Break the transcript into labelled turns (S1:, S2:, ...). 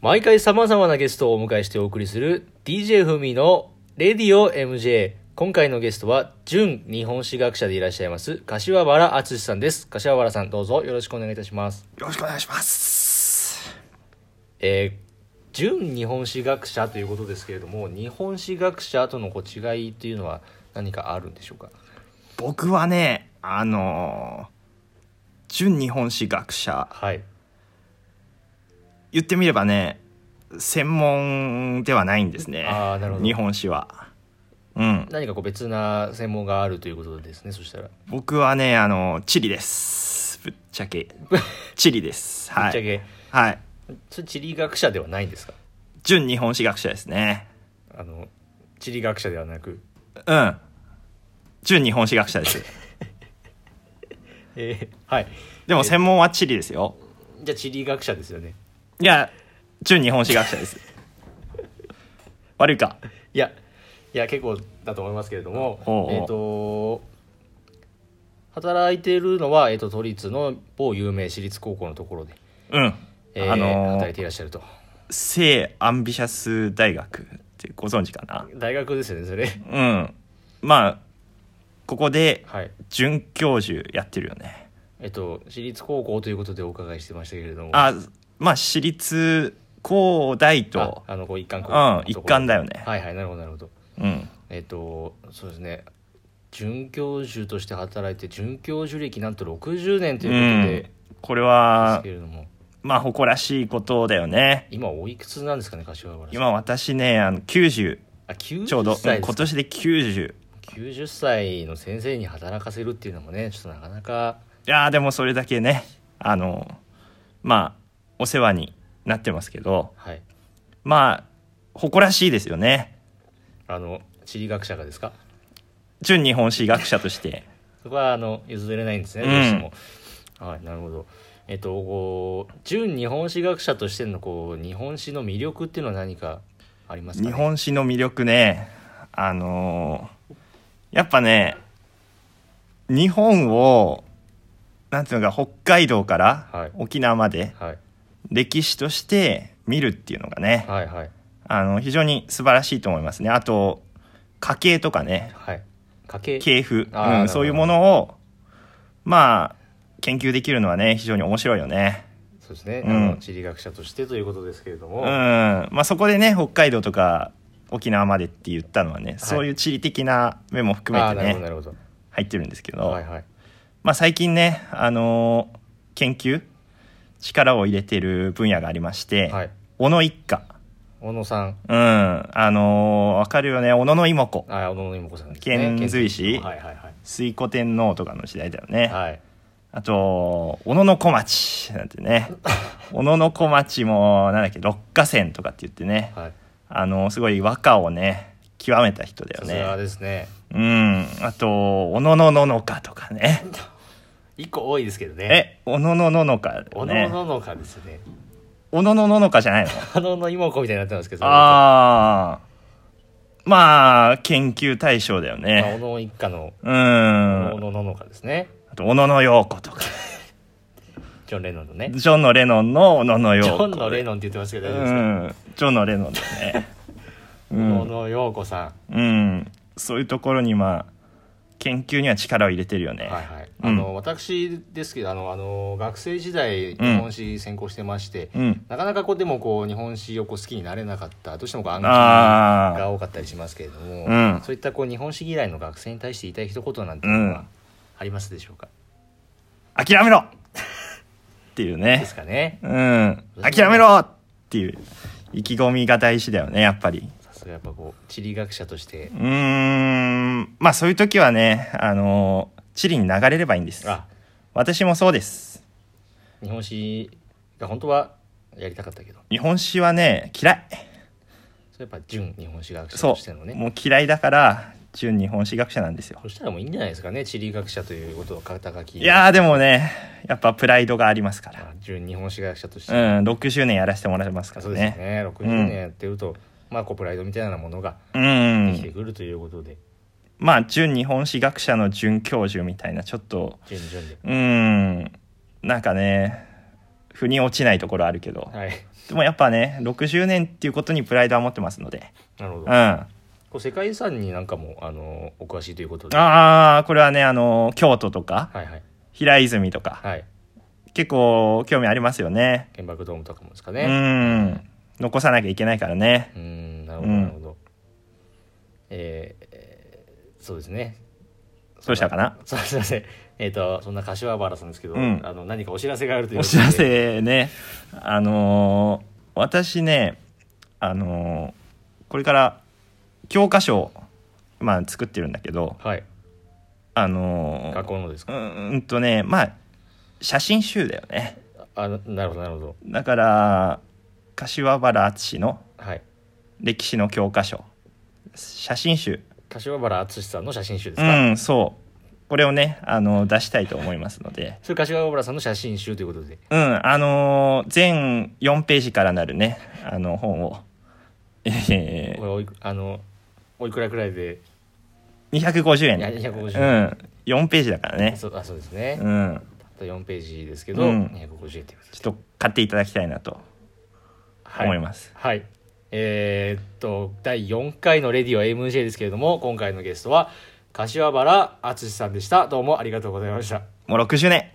S1: 毎回様々なゲストをお迎えしてお送りする DJ ふみのレディオ MJ。今回のゲストは、純日本史学者でいらっしゃいます、柏原敦さんです。柏原さん、どうぞよろしくお願いいたします。
S2: よろしくお願いします。
S1: えー純日本史学者ということですけれども、日本史学者とのこう違いというのは何かあるんでしょうか
S2: 僕はね、あのー純日本史学者、
S1: はい。
S2: 言ってみればね、専門ではないんですね。
S1: あーなるほど
S2: 日本史は。うん。
S1: 何かこう別な専門があるということですね、そしたら。
S2: 僕はね、あの地理です。ぶっちゃ け。地理です。はい。
S1: ぶっちゃけ、
S2: はい。
S1: それ地理学者ではないんですか
S2: 純日本史学者ですね。
S1: あの、地理学者ではなく。
S2: うん。純日本史学者です。
S1: えーはい。
S2: でも専門は地理ですよ。
S1: じゃあ地理学者ですよね。
S2: いや、純日本史学 者です。悪いか。
S1: いや、いや、結構だと思いますけれども、
S2: おうおう
S1: えっ、と、働いているのは、えっ、と、都立の某有名私立高校のところで、
S2: うん。
S1: えー
S2: あのー
S1: 働いていらっしゃると。
S2: 聖アンビシャス大学ってご存知かな
S1: 大学ですよね、それ。
S2: うんまあここで
S1: はい。
S2: 准教授やってるよね
S1: えっ、と、私立高校ということでお伺いしてましたけれども、
S2: あまあ私立高大
S1: あ
S2: と
S1: あの、こう一貫校
S2: うん一貫だよね、
S1: はいはい、なるほど、なるほど。
S2: うん
S1: えっとそうですね准教授として働いて准教授歴なんと60年と
S2: う
S1: いうことで
S2: ん、これ
S1: です
S2: は
S1: けれども
S2: まあ誇らしいことだよね
S1: 今おいくつなんですかね柏原さん
S2: 今私ねあの90
S1: あ
S2: ちょう
S1: 90
S2: ど、うん
S1: 歳です
S2: 今
S1: か
S2: 年で90
S1: 90歳の先生に働かせるっていうのもねちょっとなかなか
S2: いやーでもそれだけねあのまあお世話になってますけど
S1: はい
S2: まあ誇らしいですよね
S1: あの地理学者がですか
S2: 純日本史学者として
S1: そこはあの譲れないんですね、
S2: うん
S1: どうしても。はい、なるほど。えっと、こう純日本史学者としてのこう日本史の魅力っていうのは何かありますか、ね、
S2: 日本史の魅力ねあのーやっぱね日本をなんていうのか北海道か
S1: はい
S2: ら沖縄まで
S1: はい
S2: 歴史として見るっていうのがね、
S1: はいはい
S2: あの非常に素晴らしいと思いますねあと家系とかね
S1: はい家計
S2: 系譜、
S1: あーなる
S2: う
S1: ほ
S2: ん、
S1: ど
S2: そういうものをまあ研究できるのはね非常に面白いよね
S1: そうですね、
S2: うん
S1: あの地理学者としてということですけれども、
S2: うんまあ、そこでね北海道とか沖縄までって言ったのはね、そういう地理的な面も含
S1: あ
S2: め
S1: あなる
S2: て
S1: ほど
S2: ね
S1: なるほど
S2: 入ってるんですけど、
S1: はいはい
S2: まあ、最近ね、あのー研究力を入れてる分野がありまして、
S1: はい
S2: 小野一家
S1: 小野さん
S2: うんあのーわかるよね小野の妹子
S1: あ小野妹子さんですね
S2: 遣隋使
S1: はいはいはい
S2: 推古天皇とかの時代だよね、
S1: はい
S2: あと小野の小町なんてね 小野の小町もなんだっけ六花仙とかって言ってね、
S1: はい
S2: あのすごい和歌をね極めた人だよ
S1: さすが
S2: ね
S1: ですね
S2: うんあと「おののののか」とかね
S1: 一個多いですけどね
S2: えおののののか
S1: 小野
S2: ね
S1: ののかですね
S2: おののののかじゃないの
S1: 小野の妹子みたいになってますけど
S2: ああまあ研究対象だよ
S1: まあ小
S2: ね
S1: 野一家の
S2: う
S1: 小
S2: ん
S1: 野ののかですね
S2: あと「おののようこ」とか
S1: ジョン・レノンのね
S2: ジョンのレノンの「おのの
S1: ジ
S2: よ
S1: ョ
S2: うこ」
S1: ンのレノンって言ってますけど
S2: う
S1: 大丈夫ですか
S2: んジョンのレノンだよねう
S1: 小
S2: ん、
S1: 野陽子さ
S2: うん、そういうところにまあ研究には力を入れてるよね、
S1: んはいはい
S2: うん
S1: あの私ですけどあのあの学生時代日本史専攻してまして
S2: うん
S1: なかなかこうでもこう日本史をこう好きになれなかったどうしてもこう暗記が
S2: ああ
S1: 多かったりしますけれども、
S2: うん
S1: そういったこう日本史嫌いの学生に対して言いたい一言なんていうの
S2: う
S1: は
S2: ん
S1: ありますでしょうか、
S2: 諦めろっていうね
S1: で。すかね
S2: うん。諦めろっていう意気込みが大事だよね、やっぱり。
S1: さすがやっぱこう地理学者として
S2: うーん。まあそういう時はね、あの、地理に流れればいいんです。
S1: あ
S2: 私もそうです。
S1: 日本史が本当はやりたかったけど
S2: 日本史はね、嫌い。
S1: それやっぱ純日本史学者
S2: そ
S1: としての
S2: う。
S1: ね
S2: もう嫌いだから、純日本史学者なんですよ。
S1: そしたらもういいんじゃないですかね地理学者ということを肩書き
S2: いやーでもね、やっぱプライドがありますから。
S1: まあ純日本史学者として、
S2: うん、60年やらせてもらってますか
S1: あ
S2: ら
S1: そうです
S2: ね。
S1: ね60年やってると、まあコプライドみたいなものが
S2: う
S1: できて
S2: ん。
S1: くるということで、
S2: まあ、純日本史学者の准教授みたいな、ちょっと、
S1: 順々で
S2: うーんなんかね腑に落ちないところあるけど、
S1: はい。
S2: でもやっぱね60年っていうことにプライドは持ってますので
S1: なるほど。
S2: うん
S1: こ
S2: あ
S1: う世界遺産になんかも、あの、お詳しいということで。は
S2: あーこれはねあの京都とか
S1: いはい。
S2: 平泉とか
S1: はい。
S2: 結構興味ありますよね
S1: 原爆ドームとかもですか
S2: う
S1: ね。
S2: ん残さなきゃいけないからね
S1: うーん、なるほど、
S2: うん
S1: なるほど。えーえーそうですね。
S2: どうしたかな
S1: そうすいません。えっ、と、そんな柏原さんですけど、
S2: うん
S1: あの、何かお知らせがあるという
S2: お
S1: こと
S2: 知
S1: で。
S2: らせねあのー私ねあのーこれから教科書を、まあ、作ってるんだけど
S1: はい。
S2: あの
S1: 学
S2: ー
S1: 校のです
S2: う
S1: か。
S2: ーんとねまあ写真集だよね
S1: あ、ななるほど、なるほど。
S2: だから柏原敦の
S1: はい。
S2: 歴史の教科書写真集
S1: 柏原敦さんの写真集です
S2: う
S1: か。
S2: んそうこれをねあの出したいと思いますので
S1: それ柏原さんの写真集ということで。
S2: うんあのー全4ページからなるねあの本をえ
S1: これおいくあの、おいくらくらいで。
S2: ー、250円
S1: いや、250
S2: う
S1: 円。
S2: ん4ページだからね
S1: そうあそうですね、
S2: う
S1: あ
S2: ん
S1: と4ページですけど、
S2: うん
S1: 250円ということで
S2: ちょっと買っていただきたいなと
S1: はい
S2: 思います、
S1: はいえーっと第4回の「レディオ MJ」ですけれども今回のゲストは柏原淳さんでしたどうもありがとうございました
S2: もう60年